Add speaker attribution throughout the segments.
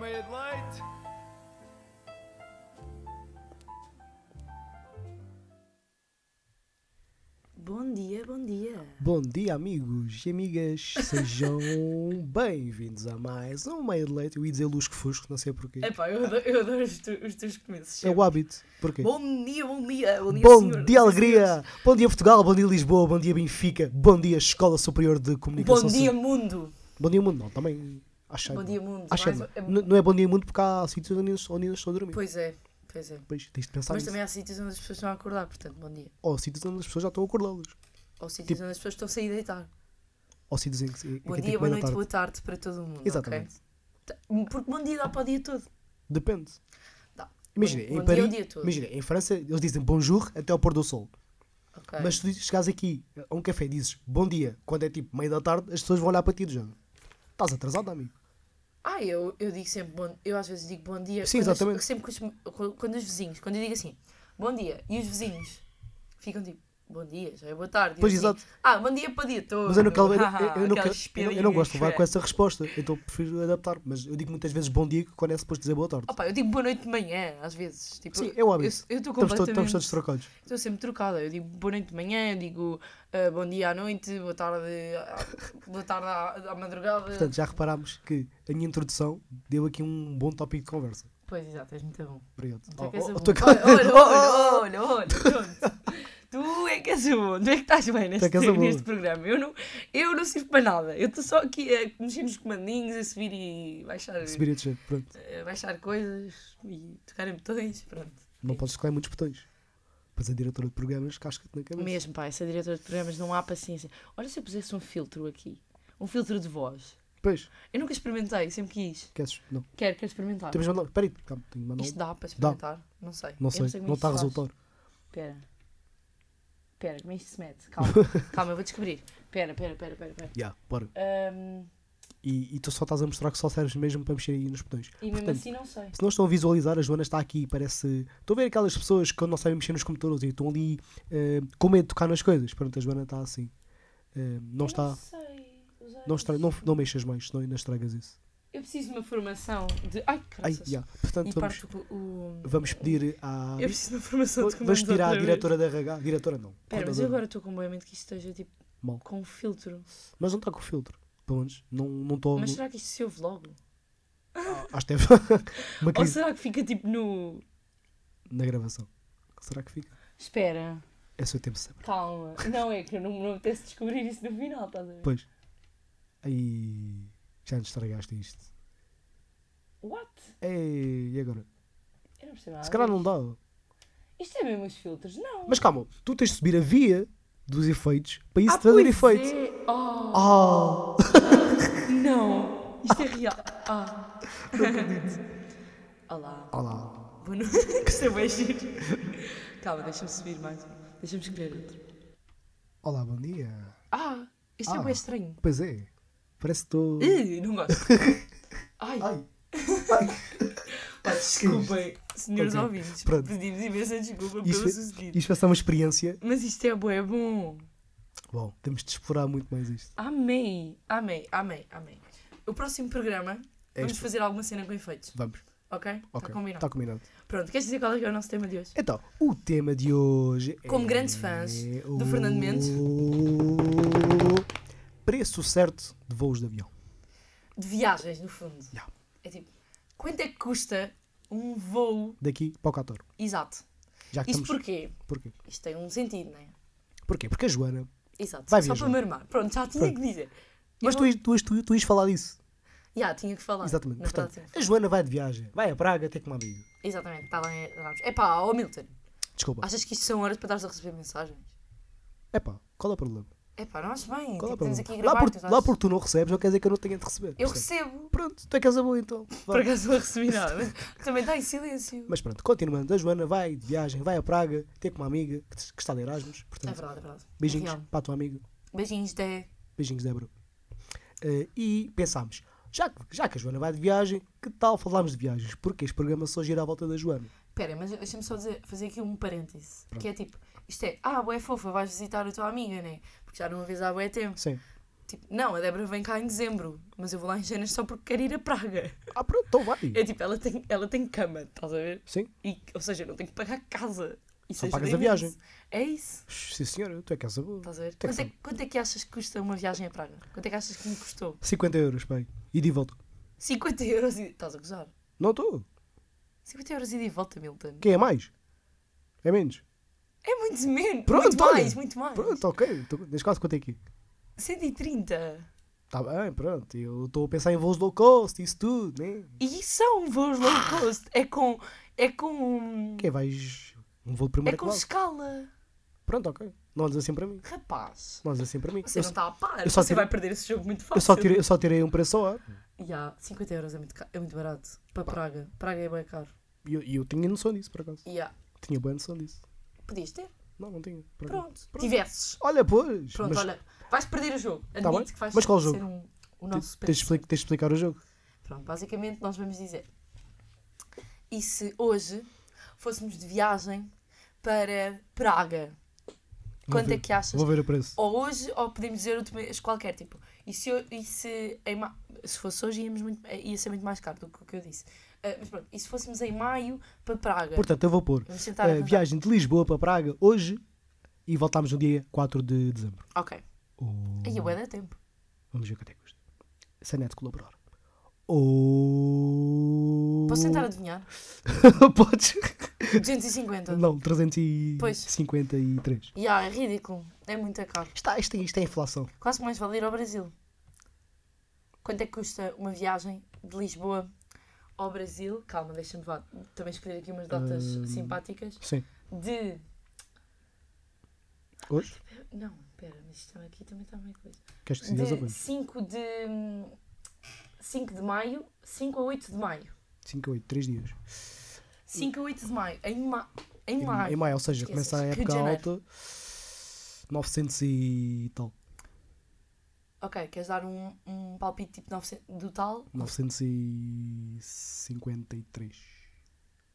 Speaker 1: made it light.
Speaker 2: Bom dia, bom dia.
Speaker 3: Bom dia, amigos e amigas. Sejam bem-vindos a mais um meio de leite. Eu ia dizer luz que fusco, não sei porquê.
Speaker 2: Epá, eu adoro, eu adoro os, tu- os teus começos.
Speaker 3: É o hábito. Porquê?
Speaker 2: Bom dia, bom dia, bom dia,
Speaker 3: Bom
Speaker 2: senhor.
Speaker 3: dia, alegria. Bom dia, Portugal. Bom dia, Lisboa. Bom dia, Benfica. Bom dia, Escola Superior de Comunicação.
Speaker 2: Bom dia,
Speaker 3: Social.
Speaker 2: mundo.
Speaker 3: Bom dia, mundo. Não, também. Achei.
Speaker 2: Bom dia, mundo.
Speaker 3: Achei.
Speaker 2: Mais- é-
Speaker 3: Não é Ah, bom dia, mundo, porque há sítios onde ainda- onde ainda estou a dormir.
Speaker 2: Pois é, pois é.
Speaker 3: Pois, tens de pensar
Speaker 2: Mas
Speaker 3: nisso.
Speaker 2: também é há sítios onde as pessoas estão a acordar, portanto, bom dia.
Speaker 3: Ou sítios onde as pessoas já estão a acordá-los.
Speaker 2: Ou sítios onde as pessoas estão a sair deitar.
Speaker 3: Ou sítios em que. em Tipo, é que é
Speaker 2: Bom
Speaker 3: tem que
Speaker 2: dia,
Speaker 3: comer
Speaker 2: boa
Speaker 3: à
Speaker 2: noite,
Speaker 3: tarde.
Speaker 2: boa tarde para todo mundo. ok?
Speaker 3: Exatamente.
Speaker 2: Tá- Porque bom dia dá para o dia todo.
Speaker 3: Depende.
Speaker 2: Dá.
Speaker 3: Imagina,
Speaker 2: Bom- bom
Speaker 3: em
Speaker 2: dia o dia
Speaker 3: Paris,
Speaker 2: todo.
Speaker 3: imagina, em França, eles dizem bonjour até ao pôr do sol.
Speaker 2: Ok.
Speaker 3: Mas se tu chegares aqui a um café e dizes bom dia, quando é tipo meio da tarde, as pessoas vão olhar para ti do género. Estás atrasado, amigo.
Speaker 2: Ah, eu, eu digo sempre bom Eu às vezes digo bom dia.
Speaker 3: Sim,
Speaker 2: quando as-
Speaker 3: exatamente.
Speaker 2: sempre que os, quando- quando os vizinhos, quando eu digo assim, bom dia, e os vizinhos ficam tipo, bom dia, já é boa tarde. E
Speaker 3: Pois,
Speaker 2: eu digo,
Speaker 3: exato.
Speaker 2: Ah, bom dia para o dia todo.
Speaker 3: Mas eu não, quero- eu- eu-
Speaker 2: Haha,
Speaker 3: eu não quero-
Speaker 2: aquelas
Speaker 3: eu não- eu não gosto de levar
Speaker 2: piadinhas,
Speaker 3: com essa resposta, então prefiro adaptar. Mas eu digo muitas vezes bom dia quando é suposto dizer boa tarde.
Speaker 2: Opa, eu digo boa noite de manhã, às vezes. Tipo,
Speaker 3: Sim, é o hábito.
Speaker 2: Eu estou
Speaker 3: Estamos todos,
Speaker 2: completamente... É.
Speaker 3: estamos todos trocados.
Speaker 2: Estou sempre trocada. Eu digo boa noite de manhã, eu digo ah, bom dia à noite, boa tarde, à- boa tarde à, à madrugada.
Speaker 3: Portanto, já reparámos que a minha introdução deu aqui um bom tópico de conversa.
Speaker 2: Pois, exato, és muito bom.
Speaker 3: Obrigado.
Speaker 2: Tu é que
Speaker 3: Oh,
Speaker 2: és
Speaker 3: oh,
Speaker 2: o bom.
Speaker 3: tu é que-
Speaker 2: Olha, olha, olha, olha, olha, pronto. Tu é que és o bom, tu é que estás bem neste,
Speaker 3: que és o bom.
Speaker 2: neste programa. Eu não, eu não sirvo para nada. Eu estou só aqui a mexer nos comandinhos, a subir e baixar,
Speaker 3: Subir e descer, pronto.
Speaker 2: a baixar coisas e tocar em botões, pronto.
Speaker 3: Não podes tocar em muitos botões. Pois a diretora de programas casca-te na cabeça.
Speaker 2: Mesmo, pá, essa diretora de programas não há paciência. Olha se eu pusesse um filtro aqui, um filtro de voz.
Speaker 3: Pois,
Speaker 2: Eu nunca experimentei, sempre quis.
Speaker 3: queres? Não.
Speaker 2: Quero, quero experimentar.
Speaker 3: Temos de mandar. Espera aí, calma, tenho de mandar
Speaker 2: Ah. Isto
Speaker 3: um-
Speaker 2: dá para experimentar? Não sei.
Speaker 3: Não
Speaker 2: Eu
Speaker 3: sei,
Speaker 2: como
Speaker 3: não
Speaker 2: isto
Speaker 3: tá está a
Speaker 2: se faz.
Speaker 3: resultar.
Speaker 2: Pera. Pera, como é que isto se mete? Calma, calma, eu vou descobrir. Pera, pera, pera, pera. pera.
Speaker 3: Já, bora.
Speaker 2: Ahm,
Speaker 3: E, e tu só estás a mostrar que só serves mesmo para mexer aí nos botões.
Speaker 2: e mesmo
Speaker 3: Portanto,
Speaker 2: assim não sei.
Speaker 3: se não estão a visualizar, a Joana está aqui, parece. Estão a ver aquelas pessoas que quando não sabem mexer nos computadores e estão ali eh, com medo de tocar nas coisas. Pronto, a Joana está assim. Eh, não
Speaker 2: Eu
Speaker 3: está.
Speaker 2: Não sei. usar isso.
Speaker 3: Não, estra... não, não mexas mais, senão ainda estragas isso.
Speaker 2: Eu preciso de uma formação de. Ai,
Speaker 3: Ai,
Speaker 2: graças.
Speaker 3: já. Portanto,
Speaker 2: e
Speaker 3: vamos,
Speaker 2: parte o. o-
Speaker 3: vamos pedir à.
Speaker 2: Eu preciso de uma formação de
Speaker 3: Vamos
Speaker 2: comandos
Speaker 3: pedir à
Speaker 2: outra vez.
Speaker 3: diretora da RH. Diretora não.
Speaker 2: Pera, mas
Speaker 3: coordenadora.
Speaker 2: eu agora estou com um medo que isto esteja tipo.
Speaker 3: Mal.
Speaker 2: Com um filtro.
Speaker 3: Mas não está com filtro. Pelo menos, não não estou.
Speaker 2: Mas será que isto se ouve logo?
Speaker 3: Acho que é uma
Speaker 2: Ou
Speaker 3: crise
Speaker 2: será que fica tipo no.
Speaker 3: na gravação. Será que fica?
Speaker 2: Espera,
Speaker 3: É seu tempo de saber.
Speaker 2: calma. Não é que eu não não me apetece descobrir isso no final, estás a ver?
Speaker 3: Pois. Aí. Já nos estragaste isto.
Speaker 2: What?
Speaker 3: Ei, e agora?
Speaker 2: Eu não percebo nada.
Speaker 3: Se calhar não dá.
Speaker 2: Isto é mesmo os filtros, não.
Speaker 3: Mas calma, tu tens de subir a via dos efeitos para isso
Speaker 2: Ah,
Speaker 3: trazer
Speaker 2: pois
Speaker 3: efeito.
Speaker 2: é. Oh,
Speaker 3: Ah!
Speaker 2: não. Isto é real. Ah. Olá.
Speaker 3: Olá.
Speaker 2: Boa noite. Isto é bem giro. Calma, deixa-me subir mais. um. Deixa-me escolher outro.
Speaker 3: Olá, bom dia.
Speaker 2: Ah, isto
Speaker 3: Ah.
Speaker 2: é bem estranho.
Speaker 3: Pois é. Parece que estou.
Speaker 2: Ih, não gosto. Ai,
Speaker 3: Ai.
Speaker 2: pá, desculpem, senhores
Speaker 3: Ok,
Speaker 2: ouvintes.
Speaker 3: pronto.
Speaker 2: Pedimos imensa desculpa
Speaker 3: Isto, é-
Speaker 2: pelo sucedido.
Speaker 3: isto vai ser uma experiência.
Speaker 2: Mas isto é bom, é bom.
Speaker 3: Bom, temos de explorar muito mais isto.
Speaker 2: Amei, amei, amei, amei. O próximo programa,
Speaker 3: É
Speaker 2: vamos
Speaker 3: isto.
Speaker 2: fazer alguma cena com efeitos,
Speaker 3: Vamos.
Speaker 2: ok? Está
Speaker 3: Ok.
Speaker 2: Tá
Speaker 3: tá.
Speaker 2: combinado.
Speaker 3: Está combinado.
Speaker 2: Pronto, queres dizer qual é que é o nosso tema de hoje?
Speaker 3: Então, o tema de hoje é.
Speaker 2: Como grandes fãs do Fernando Mendes.
Speaker 3: o Preço certo de voos de avião.
Speaker 2: De viagens, no fundo.
Speaker 3: Já.
Speaker 2: É tipo, quanto é que custa um voo
Speaker 3: Daqui para o Cator.
Speaker 2: exato?
Speaker 3: Já que
Speaker 2: Isto
Speaker 3: estamos.
Speaker 2: porquê?
Speaker 3: Porquê?
Speaker 2: Isto tem um sentido, não é?
Speaker 3: Porquê? Porque a Joana.
Speaker 2: Exato,
Speaker 3: Vai
Speaker 2: só
Speaker 3: viajar.
Speaker 2: para me armar. Pronto, já tinha
Speaker 3: Pronto.
Speaker 2: que dizer.
Speaker 3: Mas tu, ias- tu, ias- tu, tu ias falar disso.
Speaker 2: Já, tinha que falar.
Speaker 3: Exatamente.
Speaker 2: Na Ah, é verdade,
Speaker 3: Portanto,
Speaker 2: tinha que
Speaker 3: a Joana vai de viagem, vai a Praga até com uma amiga.
Speaker 2: falar. Exatamente, está bem. vamos. Epá, ó Milton,
Speaker 3: Desculpa.
Speaker 2: achas que isto são horas para estares a receber mensagens?
Speaker 3: Epá, qual é o problema?
Speaker 2: Epá, não acho bem.
Speaker 3: Qual
Speaker 2: Tipo,
Speaker 3: é o
Speaker 2: temos
Speaker 3: problema?
Speaker 2: aqui a
Speaker 3: lá,
Speaker 2: gravar.
Speaker 3: por,
Speaker 2: tu estás-
Speaker 3: lá porque tu não recebes, não quer dizer que eu não tenha de receber.
Speaker 2: Eu
Speaker 3: percebe?
Speaker 2: recebo.
Speaker 3: Pronto, tu é que és a boa então. Vá.
Speaker 2: Por acaso não recebi nada, mas também está em silêncio.
Speaker 3: Mas pronto, continuando, a Joana vai de viagem, vai a Praga, ter com uma amiga que, que está de Erasmus.
Speaker 2: É
Speaker 3: Portanto,
Speaker 2: verdade, é verdade.
Speaker 3: beijinhos
Speaker 2: Real.
Speaker 3: para a tua amiga.
Speaker 2: Beijinhos, Dé.
Speaker 3: Beijinhos, Débora. Eh, e pensámos, já, que- já que a Joana vai de viagem, que tal falarmos de viagens? Porque este programa só gira à volta da Joana.
Speaker 2: Espera, mas deixa-me só dizer- fazer aqui um parêntese. Que é tipo, isto é, ah, boé fofa, vais visitar a tua amiga, né? Porque já não a vês há boé tempo.
Speaker 3: Sim.
Speaker 2: Tipo, não, a Débora vem cá em dezembro, mas eu vou lá em janeiro só porque quero ir a Praga.
Speaker 3: Ah, pronto, então vai.
Speaker 2: É tipo, ela tem, ela tem cama, estás a ver?
Speaker 3: Sim.
Speaker 2: E, ou seja, eu não tenho que pagar casa. Isso
Speaker 3: Só
Speaker 2: ajuda
Speaker 3: pagas a
Speaker 2: imenso.
Speaker 3: viagem.
Speaker 2: É isso,
Speaker 3: Sim, senhora, tu é que és a boa.
Speaker 2: estás a ver?
Speaker 3: Tem que
Speaker 2: Quanto é, quanto é que achas que custa uma viagem a Praga? Quanto é que achas que me custou?
Speaker 3: 50 euros, pai. E de volta.
Speaker 2: 50 euros e. Estás a gozar?
Speaker 3: Não estou.
Speaker 2: 50 euros e de volta, Milton.
Speaker 3: Quem é mais? É menos?
Speaker 2: É muito menos.
Speaker 3: Pronto,
Speaker 2: muito
Speaker 3: olha.
Speaker 2: mais, muito mais.
Speaker 3: Pronto, ok. Tô- Neste caso, quanto é que é?
Speaker 2: 130.
Speaker 3: Tá bem, pronto. Eu estou a pensar em voos low cost, isso tudo, né?
Speaker 2: E são voos low cost. É com. É com.
Speaker 3: Quem vais. Um voo
Speaker 2: É
Speaker 3: de primeira
Speaker 2: com
Speaker 3: classe.
Speaker 2: escala.
Speaker 3: Pronto, ok. Não olhes assim para mim.
Speaker 2: Rapaz.
Speaker 3: Não olhes assim para mim.
Speaker 2: Você
Speaker 3: eu,
Speaker 2: não está a par.
Speaker 3: eu só
Speaker 2: Você
Speaker 3: tirei-
Speaker 2: vai perder esse jogo muito fácil.
Speaker 3: eu só tirei, eu só tirei um preço ao ar.
Speaker 2: Ya, 50 euros é muito, ca- é muito barato. Para Praga. Praga é bem caro.
Speaker 3: E eu, e eu tinha noção disso, por acaso.
Speaker 2: Ya.
Speaker 3: Tinha boa noção disso.
Speaker 2: Podias ter.
Speaker 3: Não, não tinha. por acaso.
Speaker 2: Pronto. Tivesses.
Speaker 3: Olha, pois.
Speaker 2: Pronto,
Speaker 3: mas
Speaker 2: olha. Vais perder o jogo.
Speaker 3: Tá
Speaker 2: Admito
Speaker 3: bem.
Speaker 2: que vais
Speaker 3: Mas qual
Speaker 2: ser
Speaker 3: jogo?
Speaker 2: um- o
Speaker 3: te-
Speaker 2: nosso
Speaker 3: tens, de expli- tens de explicar o jogo.
Speaker 2: Pronto, basicamente nós vamos dizer. E se hoje fôssemos de viagem para Praga?
Speaker 3: Vou
Speaker 2: Quanto é
Speaker 3: ver.
Speaker 2: que achas?
Speaker 3: Vou ver o preço.
Speaker 2: Ou hoje, ou podemos dizer outro mês qualquer, tipo. E se, eu- e se, em ma... se fosse hoje, íamos muito, eh, ia ser muito mais caro do que o que eu disse. Ah, mas pronto, e se fôssemos em maio para Praga?
Speaker 3: Portanto, eu vou pôr
Speaker 2: Vamos
Speaker 3: a
Speaker 2: tentar. arranjar-
Speaker 3: viagem de Lisboa para Praga hoje e voltamos no dia 4 de dezembro.
Speaker 2: Ok.
Speaker 3: Oh,
Speaker 2: Aí eu é da tempo.
Speaker 3: vamos ver quanto é que custa. Sanete colaborar. Oh...
Speaker 2: Posso tentar adivinhar?
Speaker 3: Podes?
Speaker 2: 250.
Speaker 3: Não, 353.
Speaker 2: Ya, yeah, é ridículo. É muito caro.
Speaker 3: Está, isto, é- isto é inflação.
Speaker 2: Quase mais valer ao Brasil. Quanto é que custa uma viagem de Lisboa ao Brasil? Calma, deixa-me vá- também escolher aqui umas datas
Speaker 3: Hum.
Speaker 2: simpáticas.
Speaker 3: Sim.
Speaker 2: De.
Speaker 3: Hoje?
Speaker 2: Não, espera, mas isto também aqui também está meio coisa.
Speaker 3: Queres que se diga
Speaker 2: De
Speaker 3: hoje?
Speaker 2: 5 de. 5 de maio, 5 a 8 de maio.
Speaker 3: 5 a 8, 3 dias.
Speaker 2: 5 a 8 de maio, em, ma... em
Speaker 3: Em-
Speaker 2: maio.
Speaker 3: Em maio, ou seja,
Speaker 2: Esqueças.
Speaker 3: começa
Speaker 2: Rio
Speaker 3: a
Speaker 2: de
Speaker 3: época
Speaker 2: Janeiro.
Speaker 3: alta. 900 e tal.
Speaker 2: Ok, queres dar um, um palpite tipo 900 do tal?
Speaker 3: 953.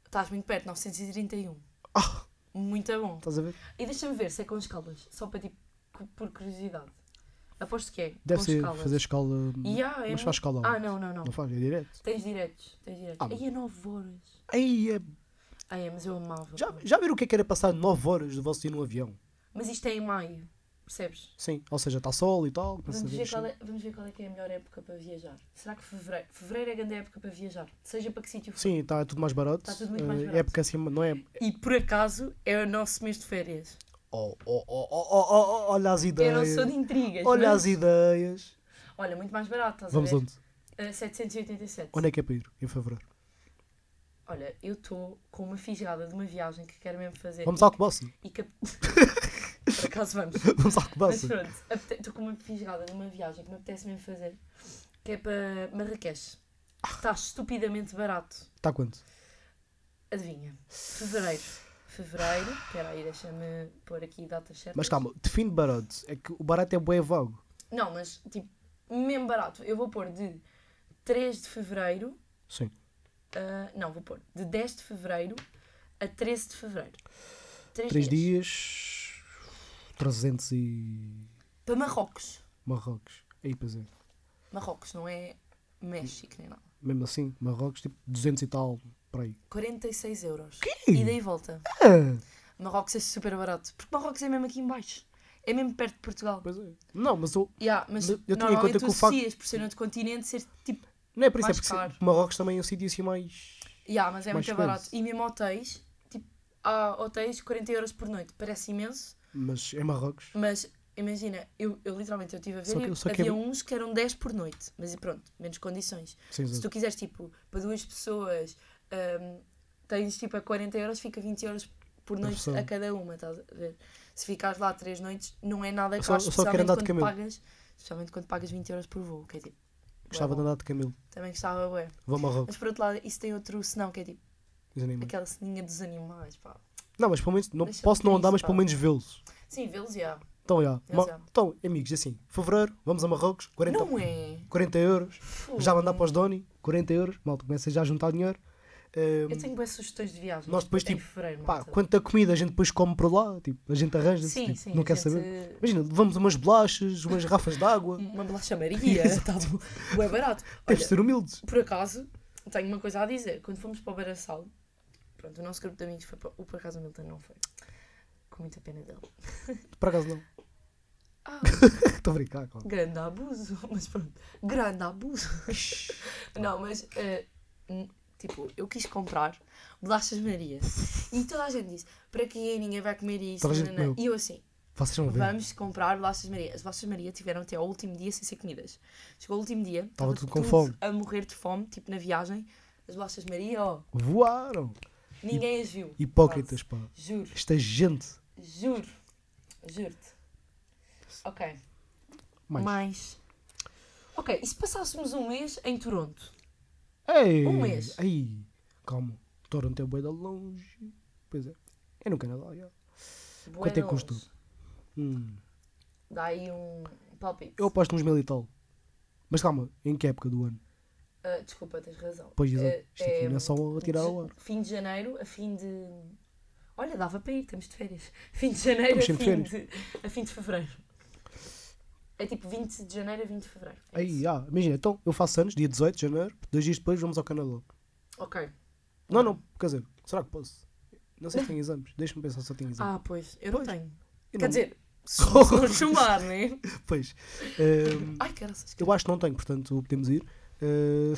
Speaker 2: Estás muito perto, 931.
Speaker 3: Ah!
Speaker 2: Muito bom.
Speaker 3: Estás a ver?
Speaker 2: E deixa-me ver se é com escalas, só para tipo, cu- por curiosidade. Aposto que é,
Speaker 3: Deve
Speaker 2: com
Speaker 3: ser
Speaker 2: escalas.
Speaker 3: fazer escala.
Speaker 2: E há, é
Speaker 3: mas
Speaker 2: muito-
Speaker 3: faz escala.
Speaker 2: Ah,
Speaker 3: alta.
Speaker 2: não, não, não.
Speaker 3: Não faz, é direto.
Speaker 2: Tens diretos, tens diretos.
Speaker 3: Ah,
Speaker 2: Aí é 9 horas.
Speaker 3: Aí é.
Speaker 2: Ah, é, mas eu amava.
Speaker 3: Já,
Speaker 2: pá.
Speaker 3: já viram o que é que era passar 9 horas do vosso dia no avião?
Speaker 2: Mas isto é em maio, percebes?
Speaker 3: Sim, ou seja, está sol e tal. começa
Speaker 2: Vamos
Speaker 3: a
Speaker 2: ver,
Speaker 3: ver assim.
Speaker 2: qual é, vamos ver qual é que é a melhor época para viajar. Será que fevereiro? Fevereiro é a grande época para viajar, seja para que sítio for.
Speaker 3: Sim, está tudo mais barato.
Speaker 2: é- Está tudo muito mais
Speaker 3: Eh,
Speaker 2: barato.
Speaker 3: Época assim, não é.
Speaker 2: E por acaso é o nosso mês de férias.
Speaker 3: Oh, oh, oh, oh, oh, oh, oh, olha as
Speaker 2: Eu não
Speaker 3: ideias.
Speaker 2: sou de intrigas.
Speaker 3: Olha
Speaker 2: mas-
Speaker 3: as ideias.
Speaker 2: Olha, muito mais barato, estás
Speaker 3: Vamos
Speaker 2: a ver?
Speaker 3: onde?
Speaker 2: Ah, 787.
Speaker 3: Onde é que é para ir? Em fevereiro.
Speaker 2: Olha, eu estou com uma fisgada de uma viagem que quero mesmo fazer.
Speaker 3: Vamos ao Alcobaça.
Speaker 2: E cap... Por acaso vamos.
Speaker 3: Vamos ao
Speaker 2: Mas
Speaker 3: Alcobaça.
Speaker 2: pronto, apete- estou com uma fisgada de uma viagem que me apetece mesmo fazer, que é para Marrakech. Está estupidamente barato.
Speaker 3: Está quanto?
Speaker 2: Adivinha. Fevereiro. Fevereiro. Espera aí, deixa-me pôr aqui datas certas.
Speaker 3: Mas calma, define barato. É que o barato é bué vago.
Speaker 2: Não, mas tipo, mesmo barato. Eu vou pôr de 3 de fevereiro.
Speaker 3: Sim.
Speaker 2: ah, não, vou pôr de 10 de fevereiro a 13 de fevereiro. 3,
Speaker 3: 3 dias. 300 e.
Speaker 2: Para Marrocos.
Speaker 3: Marrocos. Aí, pois é.
Speaker 2: Marrocos, não é México nem nada.
Speaker 3: Mesmo assim, Marrocos, tipo 200 e tal. Por aí.
Speaker 2: 46 euros. E daí volta.
Speaker 3: Ah,
Speaker 2: Marrocos é super barato. Porque Marrocos é mesmo aqui em baixo. É mesmo perto de Portugal.
Speaker 3: pois é. Não, mas eu.
Speaker 2: Yeah, mas
Speaker 3: Mas eu tinha em
Speaker 2: normalmente
Speaker 3: conta
Speaker 2: tu
Speaker 3: que o facto-
Speaker 2: associas por ser outro continente, ser tipo.
Speaker 3: Não é por isso,
Speaker 2: Mais
Speaker 3: é porque
Speaker 2: caro.
Speaker 3: se- Marrocos também é um sítio assim mais.
Speaker 2: Yeah, mas é
Speaker 3: Mais
Speaker 2: muito
Speaker 3: coisas.
Speaker 2: barato. E mesmo hotéis, tipo, há hotéis 40 euros por noite. Parece imenso,
Speaker 3: Mas é Marrocos.
Speaker 2: mas imagina, eu, eu literalmente eu estive a ver,
Speaker 3: Só que-
Speaker 2: e
Speaker 3: só que é
Speaker 2: havia
Speaker 3: bem-
Speaker 2: uns que eram 10 por noite, mas e pronto, menos condições.
Speaker 3: Sim,
Speaker 2: Se
Speaker 3: exato.
Speaker 2: tu quiseres, tipo, para duas pessoas, hum, tens tipo a 40 euros, fica 20 euros por noite
Speaker 3: pessoa.
Speaker 2: a cada uma, estás a ver? Se ficares lá três noites, não é nada
Speaker 3: Eu
Speaker 2: caro,
Speaker 3: só- eu só
Speaker 2: especialmente
Speaker 3: quero andar de
Speaker 2: quando
Speaker 3: camelo.
Speaker 2: pagas, especialmente quando pagas 20 euros por voo, que é tipo,
Speaker 3: Gostava de andar de Camilo.
Speaker 2: também gostava, ué.
Speaker 3: Vou a Marrocos.
Speaker 2: Mas por outro lado, isso tem outro senão, que é tipo
Speaker 3: os animais.
Speaker 2: aquela ceninha dos animais, pá.
Speaker 3: Não, mas pelo menos. Não,
Speaker 2: Deixa-me
Speaker 3: posso não
Speaker 2: triste,
Speaker 3: andar, mas
Speaker 2: pá.
Speaker 3: pelo menos vê-los.
Speaker 2: Sim, vê-los já.
Speaker 3: Então, já.
Speaker 2: Já,
Speaker 3: Ma-
Speaker 2: já.
Speaker 3: Então, amigos, assim. Fevereiro, vamos a Marrocos. 40,
Speaker 2: Não é?
Speaker 3: 40 euros.
Speaker 2: Fogo.
Speaker 3: Já mandar para os Doni, 40 euros, malta, começa já a juntar dinheiro. Ahm,
Speaker 2: Eu tenho boas sugestões de viagem.
Speaker 3: Nós depois,
Speaker 2: em
Speaker 3: tipo,
Speaker 2: fevereiro,
Speaker 3: pá,
Speaker 2: malta.
Speaker 3: quanta comida a gente depois come por lá, tipo, a gente arranja,
Speaker 2: Sim,
Speaker 3: tipo,
Speaker 2: sim.
Speaker 3: não
Speaker 2: a
Speaker 3: quer
Speaker 2: gente-
Speaker 3: saber. Imagina, levamos umas bolachas, umas garrafas de água,
Speaker 2: Uma bolacha Maria, tá bom. é barato.
Speaker 3: temos de
Speaker 2: Olha,
Speaker 3: ser humildes.
Speaker 2: por acaso, tenho uma coisa a dizer. Quando fomos para o Beira-Sal, pronto, o nosso grupo de amigos foi para... O por acaso o Milton não foi. Com muita pena dele.
Speaker 3: Por acaso não.
Speaker 2: Ah.
Speaker 3: Estou a brincar, claro.
Speaker 2: Grande abuso, mas pronto. Grande abuso. Não, mas eh, n- tipo, eu quis comprar bolachas Maria. E toda a gente disse, para quê? Ninguém vai comer isso.
Speaker 3: Toda a gente
Speaker 2: nananã."
Speaker 3: comeu. Tá
Speaker 2: E eu assim,
Speaker 3: Vocês vão ver.
Speaker 2: vamos comprar bolachas Maria. As bolachas Maria tiveram até ao último dia sem ser comidas. Chegou o último dia,
Speaker 3: Estava tudo com fome.
Speaker 2: a morrer de fome, tipo na viagem. As bolachas Maria, ó,
Speaker 3: Voaram.
Speaker 2: ninguém as viu.
Speaker 3: Hipócritas, pá.
Speaker 2: Quase. Juro,
Speaker 3: Esta gente.
Speaker 2: juro, juro-te. Ok,
Speaker 3: Mais.
Speaker 2: mais. Ok, e se passássemos um mês em Toronto?
Speaker 3: Ei,
Speaker 2: Um mês.
Speaker 3: Ei, calma. Toronto é bué de longe. Pois é. É no Canadá, já.
Speaker 2: Bué
Speaker 3: Quanto é que
Speaker 2: longe.
Speaker 3: custou? Hum.
Speaker 2: Dá aí um palpite.
Speaker 3: Eu aposto uns mil e tal. Mas calma, em que época do ano?
Speaker 2: Ah, desculpa, tens razão.
Speaker 3: Pois, exato.
Speaker 2: Eh,
Speaker 3: Isto aqui não é só a tirar ao
Speaker 2: de-
Speaker 3: ar.
Speaker 2: Fim de janeiro, a fim de. Olha, dava para ir, estamos de férias. Fim de janeiro, a
Speaker 3: Estamos
Speaker 2: fim
Speaker 3: sempre
Speaker 2: de, a fim de fevereiro. É tipo 20 de janeiro a 20 de fevereiro. É
Speaker 3: Aí,
Speaker 2: isso.
Speaker 3: já. Imagina, então, eu faço anos, dia 18 de janeiro. Dois dias depois vamos ao Canadá.
Speaker 2: Ok.
Speaker 3: Não, não, quer dizer, será que posso? Não sei se tenho exames. Deixa-me pensar se eu tenho exames.
Speaker 2: Ah, pois, eu
Speaker 3: Pois.
Speaker 2: não tenho.
Speaker 3: Eu
Speaker 2: Ah, Quer
Speaker 3: não-
Speaker 2: dizer, se se não chumar, né?
Speaker 3: Pois. Ahm,
Speaker 2: Ai, caraças.
Speaker 3: eu acho que não tenho, portanto, podemos ir. Ah,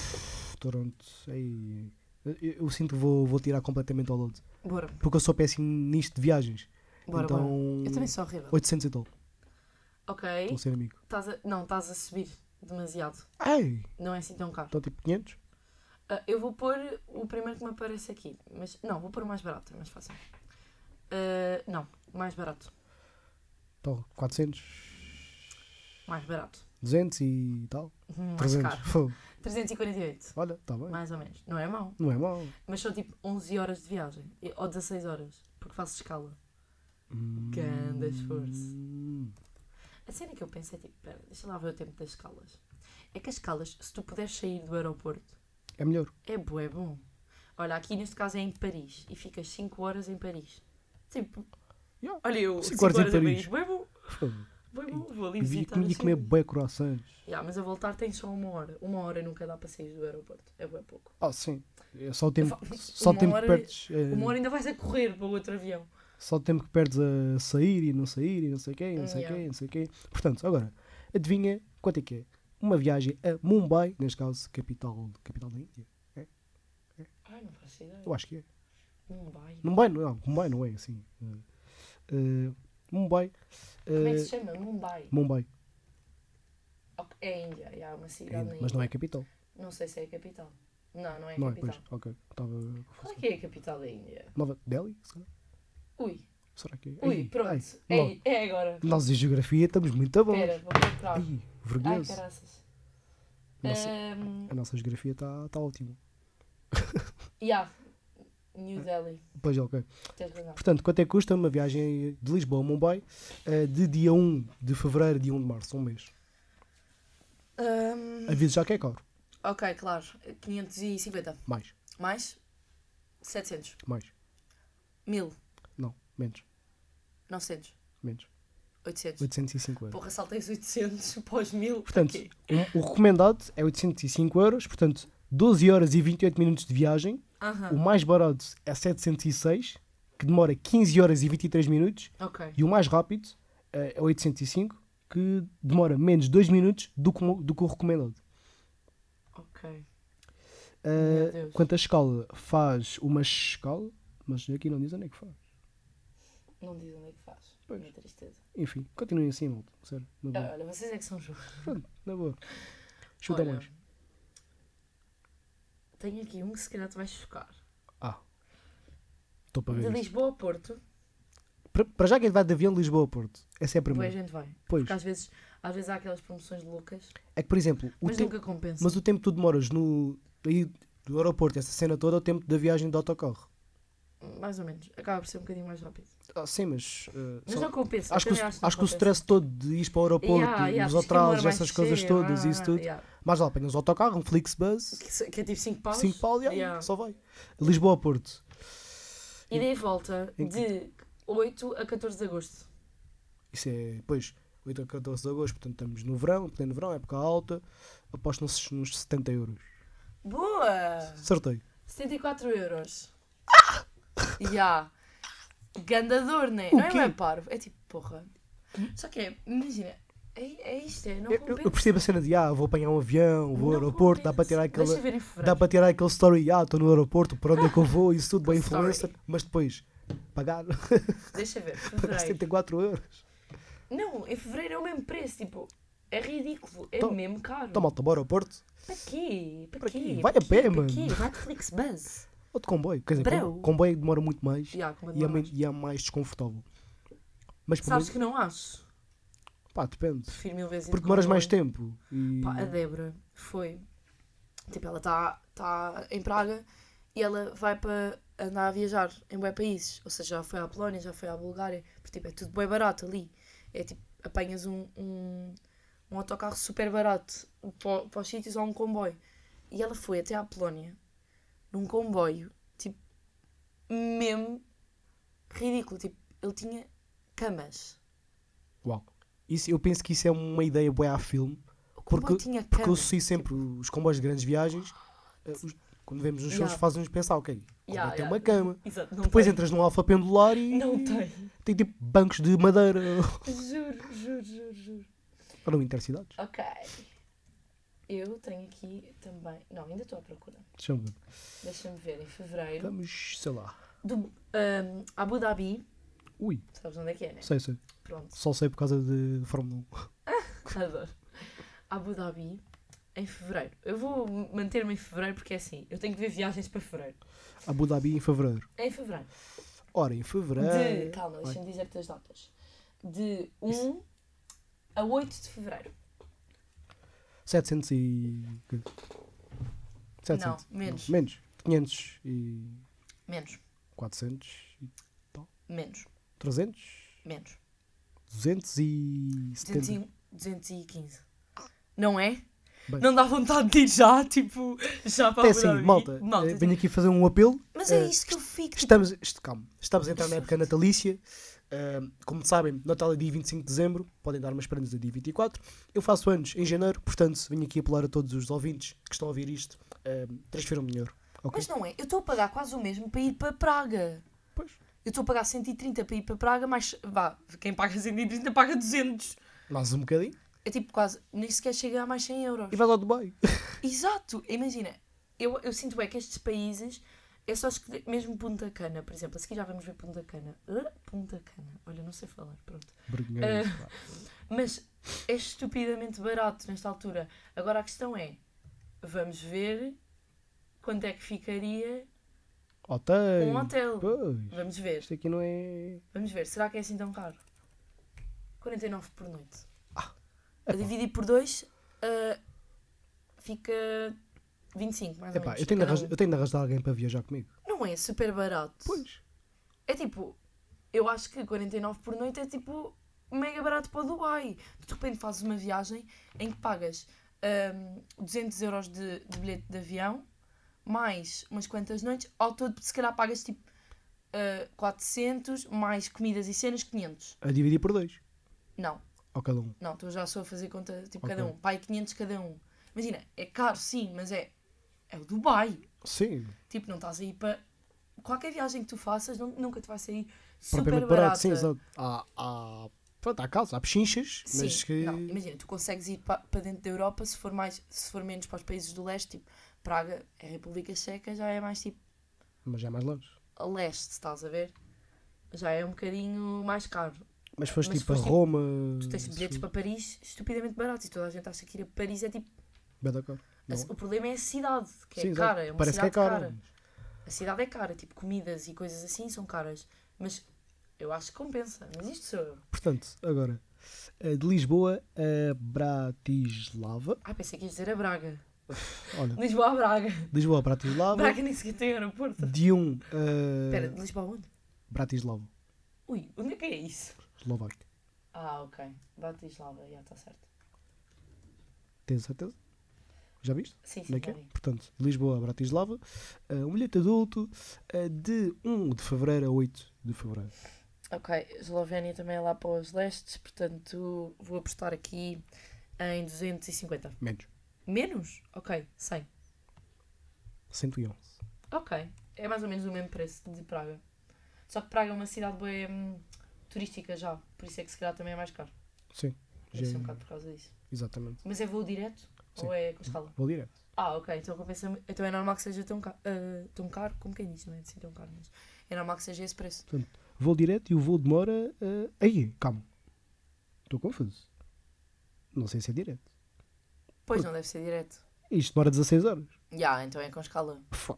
Speaker 3: Toronto, aí. Eu, eu sinto que vou, vou tirar completamente ao lodo.
Speaker 2: Bora,
Speaker 3: Porque eu sou péssimo nisto de viagens.
Speaker 2: bora, bora.
Speaker 3: então,
Speaker 2: Eu também sou horrível.
Speaker 3: 800 e tal,
Speaker 2: Ok.
Speaker 3: vou ser amigo.
Speaker 2: Tás a- Não, estás a subir demasiado.
Speaker 3: Ai,
Speaker 2: Não é assim tão caro.
Speaker 3: então tipo 500?
Speaker 2: Ah, eu vou pôr o primeiro que me aparece aqui. Mas, não, vou pôr o mais barato, é mais fácil. Ah, não, mais barato.
Speaker 3: Então 400,
Speaker 2: Mais barato.
Speaker 3: 200 e tal.
Speaker 2: Hum, Mais
Speaker 3: 300.
Speaker 2: caro.
Speaker 3: Fogo.
Speaker 2: 348,
Speaker 3: Olha, está bem.
Speaker 2: mais ou menos. Não é mau.
Speaker 3: Não é mau.
Speaker 2: Mas são tipo 11 horas de viagem. E- Ou 16 horas. Porque faço escala.
Speaker 3: Hum.
Speaker 2: Ganda esforço. A cena que eu penso é tipo, pera, deixa lá ver o tempo das escalas. É que as escalas, se tu puderes sair do aeroporto,
Speaker 3: É melhor.
Speaker 2: é bom, é bom. Olha, aqui neste caso é em Paris. E ficas 5 horas em Paris. Tipo,
Speaker 3: Yeah.
Speaker 2: olha eu,
Speaker 3: Cinco
Speaker 2: 5
Speaker 3: horas
Speaker 2: horas,
Speaker 3: em
Speaker 2: em
Speaker 3: Paris.
Speaker 2: Paris. Bué bom.
Speaker 3: Fogo.
Speaker 2: Vou, vou, vou ali
Speaker 3: E é
Speaker 2: visitar.
Speaker 3: comi- e
Speaker 2: assim.
Speaker 3: comer bué croissants.
Speaker 2: Ya, mas a voltar tem só uma hora. Uma hora nunca dá para sair do aeroporto. É bem pouco.
Speaker 3: Ah, sim. É só o tempo,
Speaker 2: fa-
Speaker 3: só o
Speaker 2: uma
Speaker 3: tempo
Speaker 2: hora-
Speaker 3: que perdes. eh,
Speaker 2: Uma hora ainda vais a correr para o outro avião.
Speaker 3: Só o tempo que perdes a sair e não sair e não sei o quê, e não
Speaker 2: Hum,
Speaker 3: sei o
Speaker 2: yeah.
Speaker 3: quê, e não sei o quê. Portanto, agora, adivinha quanto é que é? Uma viagem a Mumbai, neste caso, capital, capital da Índia.
Speaker 2: Ai, não faço ideia.
Speaker 3: Eu acho que é.
Speaker 2: Mumbai.
Speaker 3: Mumbai não, não, Mumbai não é assim. Eh, eh, Mumbai.
Speaker 2: Como é que
Speaker 3: eh,
Speaker 2: se chama? Mumbai.
Speaker 3: Mumbai.
Speaker 2: Ok, É a Índia. Ya, uma
Speaker 3: é
Speaker 2: cidade
Speaker 3: Índia,
Speaker 2: na
Speaker 3: mas não é
Speaker 2: Índia.
Speaker 3: capital.
Speaker 2: Não sei se é a capital. Não, não é a
Speaker 3: Não é,
Speaker 2: capital.
Speaker 3: pois. Ok. Estava.
Speaker 2: Qual é que é a capital da Índia?
Speaker 3: Nova Delhi? Será,
Speaker 2: Ui,
Speaker 3: será que é?
Speaker 2: ui,
Speaker 3: Ei,
Speaker 2: pronto.
Speaker 3: ei,
Speaker 2: é, é agora.
Speaker 3: Nós em geografia estamos muito bons.
Speaker 2: Espera, vou procurar.
Speaker 3: Ai,
Speaker 2: Ai,
Speaker 3: vergonhoso.
Speaker 2: caraças.
Speaker 3: Nossa,
Speaker 2: Ahm,
Speaker 3: A nossa geografia está tá ótima.
Speaker 2: ya, New Delhi.
Speaker 3: Pois, é, ok.
Speaker 2: Tens razão.
Speaker 3: Portanto, quanto é que custa uma viagem de Lisboa a Mumbai eh, de dia 1 de fevereiro a dia 1 de março? Um mês.
Speaker 2: Ahm,
Speaker 3: Aviso já que é caro.
Speaker 2: ok, claro. 550.
Speaker 3: Mais,
Speaker 2: Mais? 700.
Speaker 3: mais.
Speaker 2: 1000.
Speaker 3: Não, menos,
Speaker 2: 900.
Speaker 3: menos.
Speaker 2: 800.
Speaker 3: 805 euros.
Speaker 2: Porra, saltei os 800 para os 1000.
Speaker 3: Portanto, o, o recomendado é 805 euros. Portanto, 12 horas e 28 minutos de viagem.
Speaker 2: Aham.
Speaker 3: O mais barato é 706, que demora 15 horas e 23 minutos.
Speaker 2: Ok.
Speaker 3: E o mais rápido eh, é 805, que demora menos 2 minutos do que, o- do que o recomendado.
Speaker 2: Ok.
Speaker 3: Uh,
Speaker 2: Meu Deus.
Speaker 3: quanto à escala, faz uma escala, mas aqui não diz onde é que faz.
Speaker 2: Não diz onde é que faz.
Speaker 3: Pois.
Speaker 2: Minha tristeza.
Speaker 3: Enfim, continuem assim, malta. Sério, na
Speaker 2: Ah,
Speaker 3: boa.
Speaker 2: olha, vocês é que são justos.
Speaker 3: Pronto, na boa. Chuta
Speaker 2: Olha,
Speaker 3: mais.
Speaker 2: Tenho aqui um que se calhar te vai chocar.
Speaker 3: Ah. Estou para
Speaker 2: De
Speaker 3: ver. isto.
Speaker 2: Lisboa a Porto,
Speaker 3: Para- Para já quem vai de avião de Lisboa a Porto. Essa é a
Speaker 2: depois
Speaker 3: primeira.
Speaker 2: a gente vai.
Speaker 3: Pois.
Speaker 2: Porque às vezes, às vezes há aquelas promoções loucas,
Speaker 3: É que, por exemplo, o
Speaker 2: mas
Speaker 3: tempo-
Speaker 2: nunca compensa.
Speaker 3: mas o tempo que tu demoras no... aí do aeroporto, essa cena toda, é o tempo da viagem de autocarro.
Speaker 2: mais ou menos. Acaba por ser um bocadinho mais rápido.
Speaker 3: Ah, sim, mas. eh,
Speaker 2: Mas
Speaker 3: só-
Speaker 2: não compensa.
Speaker 3: acho, que
Speaker 2: também não
Speaker 3: o, acho que o
Speaker 2: compensa.
Speaker 3: stress todo de ir para o aeroporto,
Speaker 2: Yeah, yeah,
Speaker 3: os
Speaker 2: tens que ir embora
Speaker 3: atrasos,
Speaker 2: mais
Speaker 3: essas coisas
Speaker 2: cedo,
Speaker 3: todas,
Speaker 2: ah,
Speaker 3: isso tudo.
Speaker 2: yeah.
Speaker 3: Mais vale, apanhas um autocarro, um Flixbus,
Speaker 2: Que, se- que é tipo 5 paus.
Speaker 3: 5 pau, yeah,
Speaker 2: Yeah.
Speaker 3: é? só vai. Lisboa-Porto.
Speaker 2: E daí volta
Speaker 3: Em
Speaker 2: de 8 a 14 de agosto.
Speaker 3: Isso é, pois, 8 a 14 de agosto, portanto estamos no verão, pleno verão, época alta. Aposto nos, nos 70 euros.
Speaker 2: Boa!
Speaker 3: Acertei.
Speaker 2: 74 euros. Já. Gandador, né?
Speaker 3: Ah! O
Speaker 2: Não é
Speaker 3: quê? Hum?
Speaker 2: bem parvo. É tipo, porra. Só que é, imagina, é, é isto, é, não
Speaker 3: Eu, eu-
Speaker 2: compensa.
Speaker 3: eu percebo a cena de, ah, vou apanhar um avião, vou ao
Speaker 2: Não
Speaker 3: aeroporto, dá para
Speaker 2: compensa.
Speaker 3: tirar aquela.
Speaker 2: Deixa ver em
Speaker 3: Dá
Speaker 2: fevereiro.
Speaker 3: para tirar aquele story, ah, estou no aeroporto, para onde é que eu vou, isso tudo, bem
Speaker 2: Story.
Speaker 3: influencer, mas depois pagar
Speaker 2: Deixa ver, fevereiro.
Speaker 3: 74 euros.
Speaker 2: Não, em fevereiro é o mesmo preço, tipo, é ridículo, é
Speaker 3: Então-
Speaker 2: mesmo caro.
Speaker 3: Então malta, bora ao aeroporto,
Speaker 2: Para quê? Para
Speaker 3: Para
Speaker 2: quê?
Speaker 3: quê?
Speaker 2: Para
Speaker 3: Vai a
Speaker 2: quê?
Speaker 3: pé,
Speaker 2: Para
Speaker 3: mano.
Speaker 2: quê? Vai de Flixbus.
Speaker 3: ou de comboio, quer dizer,
Speaker 2: Breu.
Speaker 3: com, comboio demora muito mais
Speaker 2: Já, como
Speaker 3: e é,
Speaker 2: demora
Speaker 3: men-
Speaker 2: mais.
Speaker 3: e é mais desconfortável. Mas pelo
Speaker 2: Sabes
Speaker 3: menos,
Speaker 2: que não acho.
Speaker 3: pá, depende,
Speaker 2: Prefiro mil vezes ir um
Speaker 3: porque
Speaker 2: de
Speaker 3: demoras mais
Speaker 2: comboio.
Speaker 3: tempo e
Speaker 2: Pá, a Débora foi. Tipo, ela está tá em Praga e ela vai para andar a viajar em bué países. Ou seja, já foi à Polónia, já foi à Bulgária. Porque, tipo, é tudo bem barato ali. É tipo, apanhas um, um, um autocarro super barato para, para os sítios ou um comboio. E ela foi até à Polónia num comboio, tipo, mesmo ridículo. Tipo, ele tinha camas. é.
Speaker 3: uau. Isso, eu penso que isso é uma ideia boa a filme,
Speaker 2: O comboio
Speaker 3: porque,
Speaker 2: tinha camas.
Speaker 3: porque eu associo sempre os comboios de grandes viagens, eh, os- quando vemos nos filmes
Speaker 2: Yeah.
Speaker 3: fazem-nos pensar, ok,
Speaker 2: Yeah,
Speaker 3: comboio tem
Speaker 2: yeah.
Speaker 3: uma cama.
Speaker 2: Exato, não
Speaker 3: Depois
Speaker 2: tem.
Speaker 3: entras num alfa pendular e
Speaker 2: Não tem.
Speaker 3: tem tipo bancos de madeira
Speaker 2: Juro, juro, juro, juro.
Speaker 3: ou intercidades.
Speaker 2: Ok. Eu tenho aqui também. Não, ainda estou à procura.
Speaker 3: Deixa-me ver.
Speaker 2: Deixa-me ver, em fevereiro.
Speaker 3: Vamos, sei lá.
Speaker 2: Do, ahm, Abu Dhabi.
Speaker 3: Ui,
Speaker 2: Sabes onde é que é, né?
Speaker 3: sei, sei.
Speaker 2: Pronto,
Speaker 3: Só sei por causa de Fórmula 1.
Speaker 2: adoro. Abu Dhabi, em fevereiro. Eu vou manter-me em fevereiro porque é assim. Eu tenho que ver viagens para fevereiro. É
Speaker 3: Abu Dhabi em fevereiro.
Speaker 2: Em fevereiro.
Speaker 3: Ora, em
Speaker 2: De.
Speaker 3: fevereiro.
Speaker 2: Calma,
Speaker 3: Vai.
Speaker 2: deixa-me dizer-te as datas. De 1 a 8 de fevereiro.
Speaker 3: 700 e. quê? 700.
Speaker 2: Não, menos.
Speaker 3: Menos. 500 e.
Speaker 2: Menos,
Speaker 3: 400 e.
Speaker 2: menos,
Speaker 3: 300.
Speaker 2: menos.
Speaker 3: 200 e. 70.
Speaker 2: 201, 215. Não é?
Speaker 3: Bem.
Speaker 2: Não dá vontade de ir já, tipo, já para
Speaker 3: É
Speaker 2: Abu Dhabi?
Speaker 3: assim, malta.
Speaker 2: Malta,
Speaker 3: eh, Venho aqui fazer um apelo.
Speaker 2: Mas é
Speaker 3: eh,
Speaker 2: isto que eu fico. tipo,
Speaker 3: Estamos, isto, calma, estamos a entrar na época natalícia. Ahm, como sabem, Natal é dia 25 de dezembro, podem dar uma esperança dia 24. Eu faço anos em janeiro, portanto, venho aqui apelar a todos os ouvintes que estão a ouvir isto, ahm, transfiram melhor. Ok?
Speaker 2: Mas não é? Eu estou a pagar quase o mesmo para ir para Praga.
Speaker 3: Pois.
Speaker 2: Eu estou a pagar 130 para ir para Praga, mas vá, quem paga 130 paga 200.
Speaker 3: Mais um bocadinho
Speaker 2: É tipo quase, nem sequer chega a mais 100 euros.
Speaker 3: e vais ao Dubai.
Speaker 2: Exato, imagina, eu, eu sinto bem que estes países, é só escolher, mesmo Punta Cana, por exemplo, a seguir já vamos ver Punta Cana. Ah, Punta Cana, olha, não sei falar, pronto.
Speaker 3: Vergonhoso, pá.
Speaker 2: Mas é estupidamente barato nesta altura. Agora a questão é: vamos ver quanto é que ficaria
Speaker 3: Hotel.
Speaker 2: um hotel.
Speaker 3: Pois,
Speaker 2: Vamos ver,
Speaker 3: isto aqui não é.
Speaker 2: vamos ver. Será que é assim tão caro? 49 por noite.
Speaker 3: Ah,
Speaker 2: A dividir por 2 fica 25, mais ou
Speaker 3: Epá,
Speaker 2: menos.
Speaker 3: eu, tenho de
Speaker 2: cada um.
Speaker 3: arranjar, eu tenho de arranjar alguém para viajar comigo.
Speaker 2: Não é super barato.
Speaker 3: Pois.
Speaker 2: É tipo, eu acho que 49 por noite é tipo mega barato para o Dubai. Tu de repente fazes uma viagem em que pagas hum, 200 euros de, de bilhete de avião, mais umas quantas noites, ao todo se calhar pagas tipo ah, 400, mais comidas e cenas, 500.
Speaker 3: A dividir por dois.
Speaker 2: Não,
Speaker 3: Ao cada um.
Speaker 2: não, tu já sou a fazer conta, tipo
Speaker 3: Ok.
Speaker 2: cada um, pai 500 cada um. Imagina, é caro sim, mas é, é o Dubai.
Speaker 3: Sim.
Speaker 2: Tipo, não estás aí para... Qualquer viagem que tu faças nun- nunca te vai sair super
Speaker 3: Propriamente
Speaker 2: barata.
Speaker 3: barato. Sim, exato. Há, há, pronto, há calças, há pechinchas,
Speaker 2: Sim,
Speaker 3: mas que.
Speaker 2: não, imagina, tu consegues ir para dentro da Europa se for, mais, se for menos para os países do leste, tipo Praga, é República Checa, já é mais tipo
Speaker 3: Mas já é mais longe.
Speaker 2: a leste, estás a ver? Já é um bocadinho mais caro.
Speaker 3: Mas foste
Speaker 2: Mas
Speaker 3: tipo a
Speaker 2: foste, tipo,
Speaker 3: Roma.
Speaker 2: Tu
Speaker 3: Hum,
Speaker 2: tens bilhetes para Paris estupidamente baratos e toda a gente acha que ir a Paris é tipo.
Speaker 3: Bedacor.
Speaker 2: a- o problema é a cidade, que
Speaker 3: Sim,
Speaker 2: é
Speaker 3: exato.
Speaker 2: cara, é uma
Speaker 3: Parece que é
Speaker 2: cidade
Speaker 3: cara.
Speaker 2: cara. A cidade é cara, tipo comidas e coisas assim são caras, mas eu acho que compensa. Mas isto sou eu.
Speaker 3: Portanto, agora, eh, de Lisboa a Bratislava.
Speaker 2: Ah, pensei que ias dizer a Braga.
Speaker 3: Olha,
Speaker 2: Lisboa a Braga.
Speaker 3: Lisboa, Bratislava.
Speaker 2: Braga nem sequer tem aeroporto.
Speaker 3: De um. eh,
Speaker 2: Espera, de Lisboa onde?
Speaker 3: Bratislava.
Speaker 2: Ui, onde é que é isso?
Speaker 3: Eslováquia.
Speaker 2: Ah, ok. Bratislava, já está certo.
Speaker 3: Tens certeza? Já viste?
Speaker 2: Sim, sim,
Speaker 3: Onde é que
Speaker 2: já
Speaker 3: é?
Speaker 2: vi.
Speaker 3: Portanto, Lisboa a Bratislava. Eh, um bilhete adulto eh, de 1 de fevereiro a 8 de fevereiro.
Speaker 2: Ok, Eslovénia também é lá para os lestes, portanto vou apostar aqui em 250.
Speaker 3: Menos.
Speaker 2: Menos? Ok, 100.
Speaker 3: 111.
Speaker 2: Ok, é mais ou menos o mesmo preço de Praga. Só que Praga é uma cidade bem hum, turística já, por isso é que se calhar também é mais caro.
Speaker 3: Sim.
Speaker 2: Deve ser
Speaker 3: Já- é-
Speaker 2: um bocado por causa disso.
Speaker 3: Exatamente.
Speaker 2: Mas é voo direto? Ou
Speaker 3: Sim.
Speaker 2: é com escala?
Speaker 3: Vou direto.
Speaker 2: Ah, ok, então compensa Então é normal que seja tão, ca... ah, tão caro, como quem diz, não é de ser tão caro, mas é normal que seja esse preço.
Speaker 3: Vou direto e o voo demora. eh, Aí, calma. Estou confuso. Não sei se é direto.
Speaker 2: Pois não deve ser direto.
Speaker 3: Isto demora 16 horas.
Speaker 2: Já, então é com escala.
Speaker 3: Fá.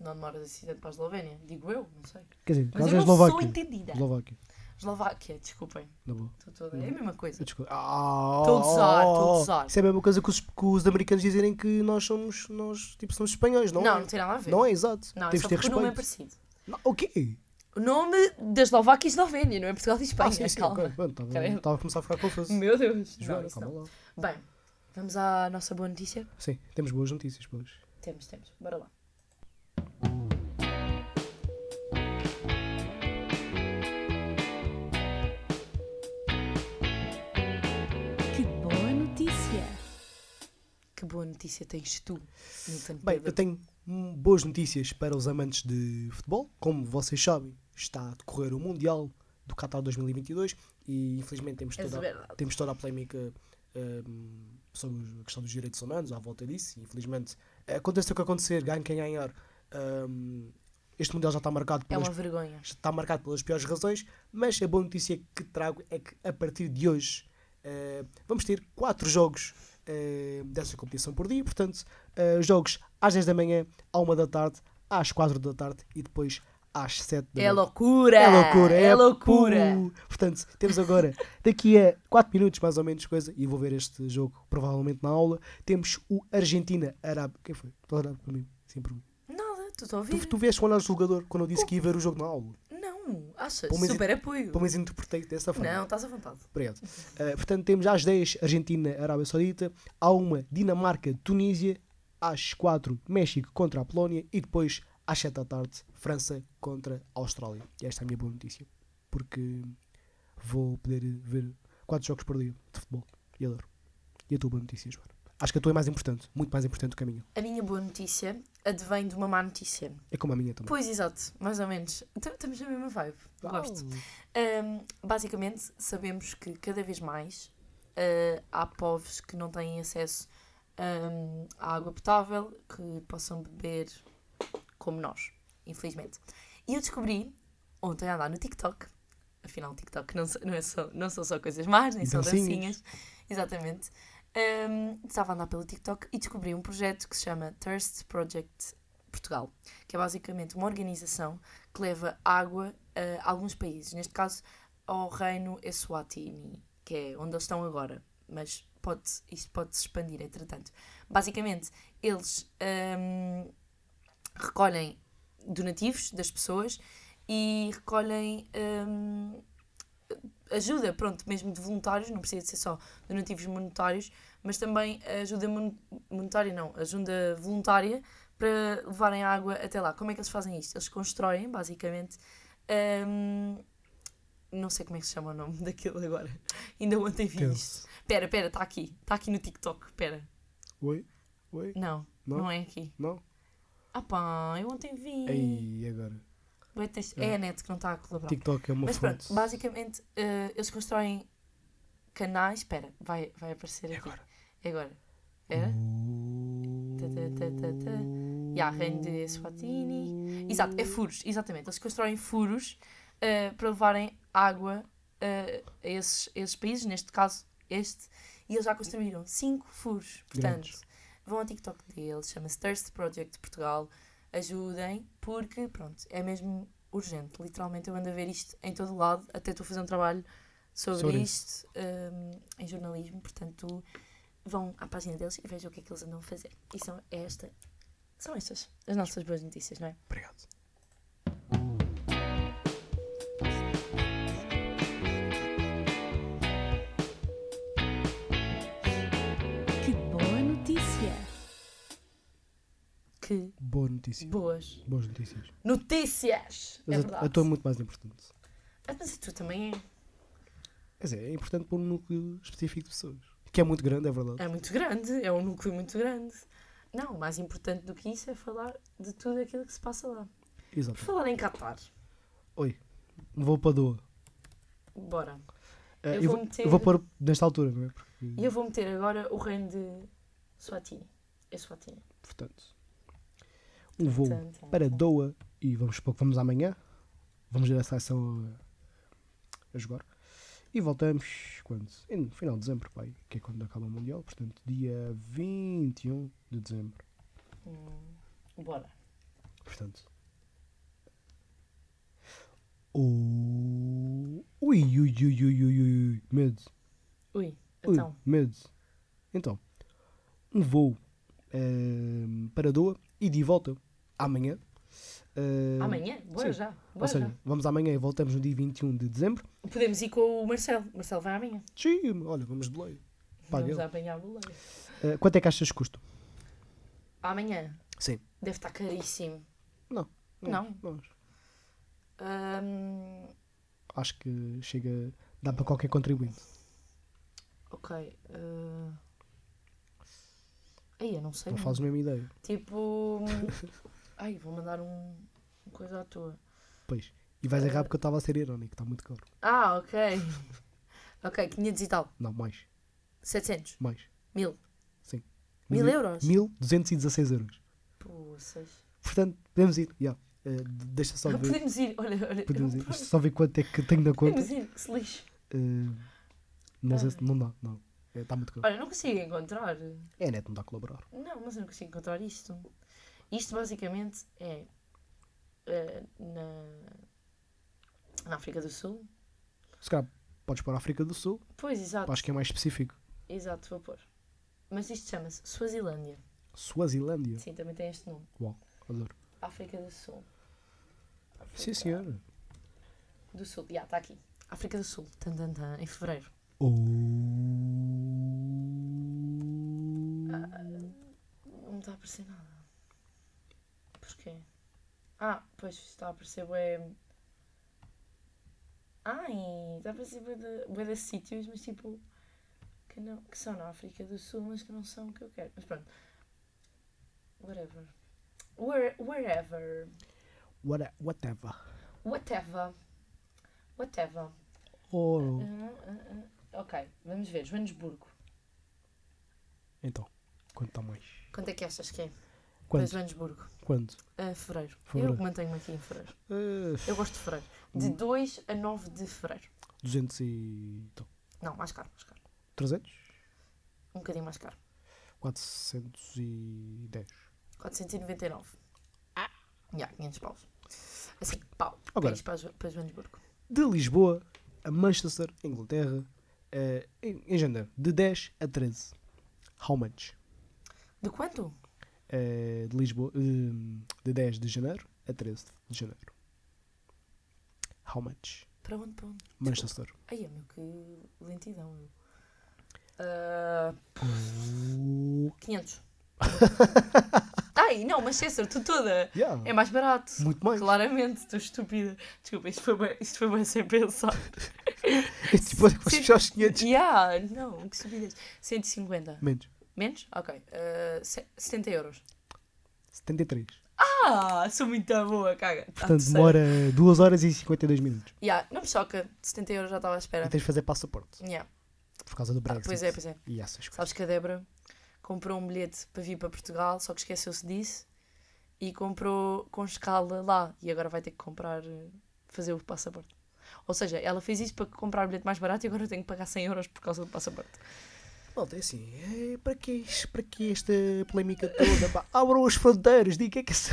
Speaker 2: Não demora assim tanto para a Eslovénia. Digo eu, não sei.
Speaker 3: Quer dizer,
Speaker 2: Mas
Speaker 3: caso
Speaker 2: eu
Speaker 3: é
Speaker 2: não sou
Speaker 3: Eslováquia.
Speaker 2: entendida.
Speaker 3: Eslováquia.
Speaker 2: Eslováquia, desculpem.
Speaker 3: Na boa.
Speaker 2: Estou toda. É a mesma coisa.
Speaker 3: Desculpa. Ah,
Speaker 2: Estou a gozar, estou a
Speaker 3: oh, oh.
Speaker 2: gozar.
Speaker 3: Isso é a mesma coisa que os, que os americanos dizerem que nós somos, nós, tipo, somos espanhóis, não,
Speaker 2: Não, não,
Speaker 3: é?
Speaker 2: tem nada a ver.
Speaker 3: Não é, exato.
Speaker 2: Não, é
Speaker 3: Temos
Speaker 2: só
Speaker 3: de ter
Speaker 2: porque o nome é
Speaker 3: respeito.
Speaker 2: parecido.
Speaker 3: Não, O quê?
Speaker 2: O nome da Eslováquia e Eslovénia, não é Portugal e Espanha.
Speaker 3: Ah, sim, sim,
Speaker 2: calma.
Speaker 3: ok. Pronto, estava-
Speaker 2: Caramba.
Speaker 3: Estava a começar a ficar confuso.
Speaker 2: Meu Deus.
Speaker 3: Joana,
Speaker 2: não, isso
Speaker 3: calma
Speaker 2: não.
Speaker 3: lá.
Speaker 2: Bem, vamos à nossa boa notícia?
Speaker 3: Sim, temos boas notícias, pois.
Speaker 2: Temos, temos. Bora lá.
Speaker 1: Que boa notícia!
Speaker 2: Que boa notícia tens tu, Nilton
Speaker 3: Bem,
Speaker 2: Pedro.
Speaker 3: eu tenho hum, boas notícias para os amantes de futebol. Como vocês sabem, está a decorrer o Mundial do Qatar 2022 e infelizmente temos
Speaker 2: És
Speaker 3: toda,
Speaker 2: É verdade.
Speaker 3: temos toda a polémica hum, sobre os- a questão dos direitos humanos à volta disso. E, infelizmente, aconteça o que acontecer, ganhe quem ganhar. hum, este Mundial já está marcado
Speaker 2: É
Speaker 3: pelas
Speaker 2: uma vergonha.
Speaker 3: está marcado pelas piores razões, mas a boa notícia que trago é que a partir de hoje eh, vamos ter quatro jogos eh, dessa competição por dia, portanto, eh, jogos às 10 da manhã, à 1 da tarde, às 4 da tarde e depois às 7 da
Speaker 2: É
Speaker 3: noite.
Speaker 2: loucura!
Speaker 3: É loucura,
Speaker 2: É loucura!
Speaker 3: pu. Portanto, temos agora, daqui a 4 minutos mais ou menos, coisa, e vou ver este jogo provavelmente na aula, temos o Argentina-Arábia. Quem foi? Tu olhar para mim, sim, para mim.
Speaker 2: Nada, tu estou a
Speaker 3: Tu,
Speaker 2: ouvir?
Speaker 3: tu vieste olhar o jogador quando eu disse que ia ver o jogo na aula.
Speaker 2: Não, achas?
Speaker 3: Pelo menos- é-
Speaker 2: Super apoio.
Speaker 3: Pelo menos é interpretei dessa forma.
Speaker 2: Não, estás à vontade.
Speaker 3: Obrigado. Eh, portanto, temos às 10 Argentina, Arábia Saudita, à 1 Dinamarca, Tunísia, às 4 México contra a Polónia e depois às 7 da tarde França contra a Austrália. E esta é a minha boa notícia, porque vou poder ver 4 jogos por dia de futebol e adoro. E a tua boa notícia, Joana? Acho que a tua é mais importante, muito mais importante do que a minha.
Speaker 2: A minha boa notícia advém de uma má notícia.
Speaker 3: É como a minha também.
Speaker 2: Pois, exato, mais ou menos. Então, Estamos na mesma vibe. Gosto. Hum, basicamente, sabemos que cada vez mais ah, há povos que não têm acesso hum, à água potável, que possam beber como nós, infelizmente. E eu descobri, ontem a andar no TikTok, afinal, o TikTok não, so- não, é só, não são só coisas más, nem são
Speaker 3: Dancinhas.
Speaker 2: dancinhas, exatamente. Hum, estava a andar pelo TikTok e descobri um projeto que se chama Thirst Project Portugal, que é basicamente uma organização que leva água eh, a alguns países, neste caso ao reino Eswatini, que é onde eles estão agora, mas pode, isto pode se expandir, entretanto. Basicamente, eles ehm, recolhem donativos das pessoas e recolhem ehm, ajuda, pronto, mesmo de voluntários, não precisa de ser só donativos monetários, mas também ajuda mon- monetária, não, ajuda voluntária para levarem a água até lá. Como é que eles fazem isto? Eles constroem, basicamente, hum, não sei como é que se chama o nome daquilo agora. Ainda ontem vi isto.
Speaker 3: Penso.
Speaker 2: Pera, pera, está aqui. Está aqui no TikTok, pera.
Speaker 3: Oi? Oi?
Speaker 2: Não, não,
Speaker 3: Não?
Speaker 2: é aqui.
Speaker 3: Não?
Speaker 2: Ah pá, eu ontem vi.
Speaker 3: Aí, agora.
Speaker 2: Bué texto. É a net que não está a colaborar.
Speaker 3: TikTok é uma
Speaker 2: Mas
Speaker 3: fonte.
Speaker 2: pronto, basicamente eh, eles constroem canais. Espera, vai, vai aparecer aqui.
Speaker 3: agora. Hum.
Speaker 2: É agora. Era? Tá, tá, tá, tá, tá. Ya, reino de Eswatini. Exato, é furos, exatamente. Eles constroem furos eh, para levarem água eh, a esses, esses países, neste caso este, e eles já construíram cinco furos. Portanto,
Speaker 3: Grandes.
Speaker 2: vão ao TikTok deles, chama-se Thirst Project Portugal, ajudem, porque pronto, é mesmo urgente. Literalmente eu ando a ver isto em todo lado, até estou a fazer um trabalho sobre,
Speaker 3: Sobre
Speaker 2: isto hum, em jornalismo, portanto vão à página deles e vejam o que é que eles andam a fazer. E são esta. São estas as nossas boas notícias, não é?
Speaker 3: Obrigado.
Speaker 1: Que boa notícia!
Speaker 2: Que
Speaker 3: Boa notícia.
Speaker 2: boas
Speaker 3: Boas notícias.
Speaker 2: notícias! é
Speaker 3: Mas a-
Speaker 2: verdade.
Speaker 3: a tua é muito mais importante.
Speaker 2: Ah, Mas a tua também é.
Speaker 3: Quer dizer, é importante para um núcleo específico de pessoas. Que é muito grande, é verdade.
Speaker 2: É muito grande, é um núcleo muito grande. Não, o mais importante do que isso é falar de tudo aquilo que se passa lá. Por
Speaker 3: Exato.
Speaker 2: falar em Qatar,
Speaker 3: Oi, vou para Doa.
Speaker 2: bora.
Speaker 3: Eh,
Speaker 2: Eu
Speaker 3: eu,
Speaker 2: vou
Speaker 3: vou,
Speaker 2: meter-
Speaker 3: eu vou pôr nesta altura, não é? Porque,
Speaker 2: E eu vou meter agora o reino de Swatini. É Swatini.
Speaker 3: Portanto, um voo para Doa e vamos supor que vamos amanhã. Vamos ver a seleção eh, a, a jogar. E voltamos quando? Em- No final de dezembro, pai, que é quando acaba o Mundial. Portanto, dia 21 de dezembro.
Speaker 2: Hum, bora.
Speaker 3: Portanto. O... Ui, ui, ui, ui, ui, ui, ui, medo.
Speaker 2: Ui,
Speaker 3: Ui,
Speaker 2: então.
Speaker 3: medo. Então, um voo ehm, para Doa e de volta amanhã. Ehm,
Speaker 2: Amanhã? Bora
Speaker 3: sim.
Speaker 2: já.
Speaker 3: Ou
Speaker 2: Bora
Speaker 3: seja,
Speaker 2: já.
Speaker 3: vamos amanhã e voltamos no dia 21 de dezembro.
Speaker 2: Podemos ir com o Marcelo. Marcelo vai amanhã.
Speaker 3: Sim, olha, vamos de lei. Paga
Speaker 2: Vamos
Speaker 3: ele.
Speaker 2: apanhar boleiro.
Speaker 3: Eh, quanto é que achas que custa?
Speaker 2: Amanhã.
Speaker 3: Sim.
Speaker 2: Deve estar caríssimo.
Speaker 3: Não.
Speaker 2: Não.
Speaker 3: Nós.
Speaker 2: Hum,
Speaker 3: Acho que chega. dá para qualquer contribuinte.
Speaker 2: ok. ah. Aí, eu não sei.
Speaker 3: Não um-
Speaker 2: não.
Speaker 3: fazes a mesma ideia.
Speaker 2: Tipo. hum, Ai, vou mandar um. uma coisa à toa.
Speaker 3: Pois. E vais
Speaker 2: Eh,
Speaker 3: errar porque eu estava a ser irónico, está muito caro.
Speaker 2: Ah, ok. ok, 500 e tal.
Speaker 3: Não, mais.
Speaker 2: 700.
Speaker 3: Mais.
Speaker 2: 1000.
Speaker 3: Sim.
Speaker 2: 1000 euros?
Speaker 3: 1216 euros.
Speaker 2: Poças. Ah,
Speaker 3: Portanto, podemos ir. já. Eh, de- deixa só ver.
Speaker 2: Podemos ir. Olha, olha.
Speaker 3: Podemos ir. Deixa só ver quanto é que tenho na conta.
Speaker 2: Podemos ir. Que se lixo.
Speaker 3: Eh, não sei se. Não dá, não. Está muito caro.
Speaker 2: Olha, não consigo encontrar.
Speaker 3: É neto, não dá a colaborar.
Speaker 2: Não, mas eu não consigo encontrar isto. Isto basicamente é eh, na, na África do Sul.
Speaker 3: Se calhar podes pôr a África do Sul.
Speaker 2: Pois, exato,
Speaker 3: Acho que é mais específico.
Speaker 2: exato, vou pôr. Mas isto chama-se Suazilândia.
Speaker 3: Suazilândia.
Speaker 2: Sim, também tem este nome.
Speaker 3: Uau, adoro.
Speaker 2: África do Sul.
Speaker 3: Sim, senhor.
Speaker 2: Do Sul, já, está aqui. África do Sul, tan, tan, tan, em fevereiro.
Speaker 3: Oh.
Speaker 2: Não me está a aparecer nada. Porquê? Ah, pois está a aparecer bué... Ai, está a aparecer bué de, bué de sítios, mas tipo... Que, não, que são na África do Sul, mas que não são o que eu quero. Mas pronto. Whatever. Where, wherever.
Speaker 3: What- whatever.
Speaker 2: Whatever. Whatever.
Speaker 3: Oh,
Speaker 2: Ah, ah, ah. Ok, vamos ver. Joanesburgo.
Speaker 3: Então, quanto está mais?
Speaker 2: Quanto é que achas que é? Para
Speaker 3: Quanto?
Speaker 2: Joanesburgo.
Speaker 3: Quanto?
Speaker 2: Ah, fevereiro.
Speaker 3: Fevereiro.
Speaker 2: Eu mantenho-me aqui em fevereiro.
Speaker 3: Eh,
Speaker 2: Eu gosto de fevereiro. De 2 a 9 de fevereiro.
Speaker 3: 200 e. Então,
Speaker 2: Não, mais caro, mais caro.
Speaker 3: 300?
Speaker 2: Um bocadinho mais caro.
Speaker 3: 410.
Speaker 2: 499. Ah! Já, 500 paus. Assim, pau.
Speaker 3: Agora.
Speaker 2: País para, Jo- para Joanesburgo.
Speaker 3: De Lisboa a Manchester, Inglaterra, eh, em, em janeiro. De 10 a 13. How much?
Speaker 2: De quanto?
Speaker 3: Eh, de Lisboa. eh, de 10 de janeiro a 13 de janeiro. How much?
Speaker 2: Para onde? Para onde?
Speaker 3: Manchester.
Speaker 2: Ai, é, meu, que lentidão, meu. Ah, 500. Ai, não, Manchester, tu toda.
Speaker 3: Yeah.
Speaker 2: É mais barato.
Speaker 3: Muito mais.
Speaker 2: Claramente, estou estúpida. Desculpa, isto foi bem, isto foi bem sem pensar.
Speaker 3: Depois é que vais
Speaker 2: Sim.
Speaker 3: puxar os 500.
Speaker 2: Yeah, não, que estupidez. 150.
Speaker 3: Menos.
Speaker 2: Menos? Ok. Ah, se- 70 euros.
Speaker 3: 73.
Speaker 2: Ah, sou muito boa, caga. Tá
Speaker 3: Portanto,
Speaker 2: terceira.
Speaker 3: demora 2 horas e 52 minutos.
Speaker 2: Yeah, não me choca. 70 euros já estava à
Speaker 3: E
Speaker 2: espera.
Speaker 3: tens de fazer passaporte.
Speaker 2: Yeah.
Speaker 3: Por causa do
Speaker 2: Ah,
Speaker 3: Brexit.
Speaker 2: pois é, pois é.
Speaker 3: E essas coisas.
Speaker 2: Sabes que a Débora comprou um bilhete para vir para Portugal, só que esqueceu-se disso e comprou com escala lá e agora vai ter que comprar, eh, fazer o passaporte. Ou seja, ela fez isso para comprar o bilhete mais barato e agora eu tenho que pagar 100 euros por causa do passaporte.
Speaker 3: Malta, é assim, é, para, que, is- para que esta polémica toda? Pá? Abram as fronteiras, digam o que é que é isso.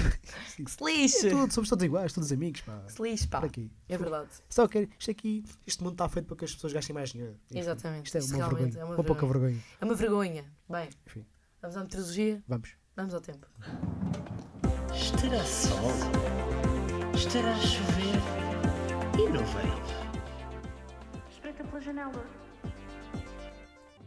Speaker 2: Que se lixe!
Speaker 3: É tudo, somos todos iguais, todos amigos, pá.
Speaker 2: Que se lixe, pá.
Speaker 3: Para quê?
Speaker 2: É verdade.
Speaker 3: Só que isto aqui, este mundo está feito para que as pessoas gastem mais dinheiro. Enfim,
Speaker 2: Exatamente.
Speaker 3: Isto é
Speaker 2: Isto
Speaker 3: uma
Speaker 2: realmente
Speaker 3: vergonha.
Speaker 2: é uma
Speaker 3: uma pouca vergonha.
Speaker 2: É uma vergonha. Bem,
Speaker 3: Enfim,
Speaker 2: vamos à meteorologia,
Speaker 3: vamos.
Speaker 2: vamos ao tempo.
Speaker 4: Estará sol? Estará a chover? E não veio.
Speaker 5: Espreita pela janela.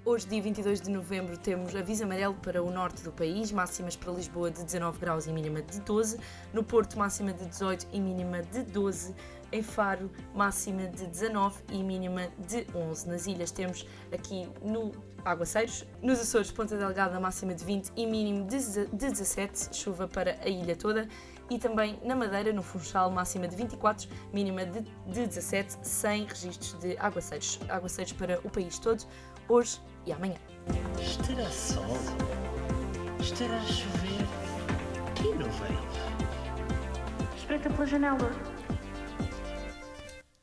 Speaker 2: Hoje, dia 22 de novembro, temos aviso amarelo para o norte do país, máximas para Lisboa de 19 graus e mínima de 12, no Porto máxima de 18 e mínima de 12, em Faro máxima de 19 e mínima de 11. Nas ilhas temos aqui no Aguaceiros, nos Açores Ponta Delgada máxima de 20 e mínimo de 17, chuva para a ilha toda, e também na Madeira, no Funchal, máxima de 24, mínima de, de 17, sem registros de aguaceiros. Aguaceiros para o país todo, hoje e amanhã.
Speaker 4: Estará sol? Estará a chover? E não veio.
Speaker 5: Espreita pela janela.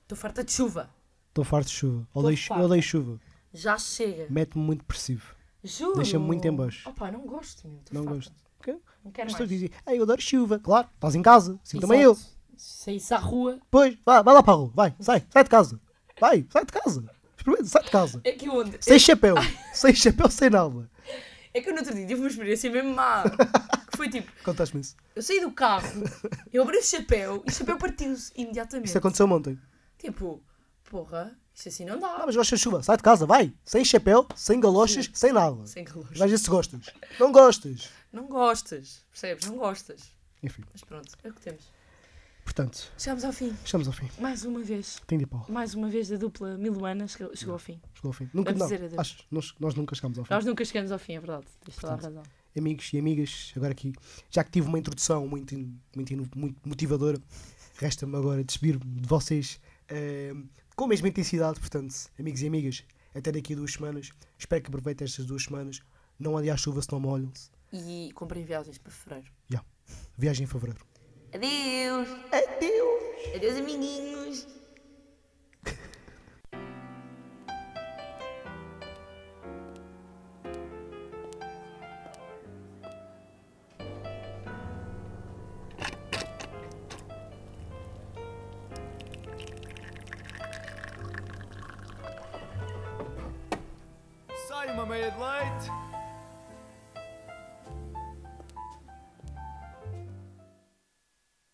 Speaker 2: Estou farta de chuva.
Speaker 3: Estou farto de chuva. Odeio, chu-
Speaker 2: farta.
Speaker 3: odeio chuva.
Speaker 2: Já chega.
Speaker 3: Mete-me muito depressivo.
Speaker 2: Juro.
Speaker 3: Deixa-me muito em baixo.
Speaker 2: Opa, não gosto, meu. Tô
Speaker 3: Não
Speaker 2: farta.
Speaker 3: gosto. Ok?
Speaker 2: Não quero
Speaker 3: As pessoas
Speaker 2: mais.
Speaker 3: dizem, ah, eu adoro chuva. Claro, estás em casa. Sim, também eu.
Speaker 2: Saí-se à rua.
Speaker 3: Pois, vá, vai lá para a rua. Vai, sai, sai de casa. Vai, sai de casa. Experimenta, sai de casa.
Speaker 2: É que onde?
Speaker 3: Sem chapéu. sem chapéu, sem nada.
Speaker 2: É que no outro dia tive uma experiência mesmo má. que foi tipo,
Speaker 3: Contaste-me isso.
Speaker 2: eu saí do carro, eu abri o chapéu e o chapéu partiu-se imediatamente.
Speaker 3: Isto aconteceu ontem.
Speaker 2: Tipo, porra, isto assim não
Speaker 3: Ah,
Speaker 2: dá.
Speaker 3: mas gostas de chuva. Sai de casa, vai. Sem chapéu, sem galochas, sem nada.
Speaker 2: Sem calor.
Speaker 3: Vais ver se gostas. Não gostas.
Speaker 2: Não gostas, percebes? Não gostas.
Speaker 3: Enfim,
Speaker 2: Mas pronto, é o que temos.
Speaker 3: portanto,
Speaker 2: Chegamos ao fim,
Speaker 3: chegamos ao fim.
Speaker 2: mais uma vez.
Speaker 3: Tem de ir para o-
Speaker 2: Mais uma vez da dupla Miluana chegou, chegou ao fim.
Speaker 3: Chegou ao fim. Nunca,
Speaker 2: Vamos
Speaker 3: não,
Speaker 2: dizer adeus.
Speaker 3: acho, nós, nós nunca chegamos ao fim.
Speaker 2: Nós nunca chegamos ao fim, é verdade. Tens toda a razão.
Speaker 3: Amigos e amigas, agora aqui, já que tive uma introdução muito, in- muito, in- muito motivadora, resta-me agora despedir-me de vocês eh, com a mesma intensidade. Portanto, amigos e amigas, até daqui a duas semanas. Espero que aproveitem estas duas semanas. Não andem à chuva se não molham-se.
Speaker 2: E comprem viagens para fevereiro.
Speaker 3: Já. Viagem em fevereiro.
Speaker 2: Adeus! Adeus! Adeus, amiguinhos!
Speaker 6: Sai uma meia de leite.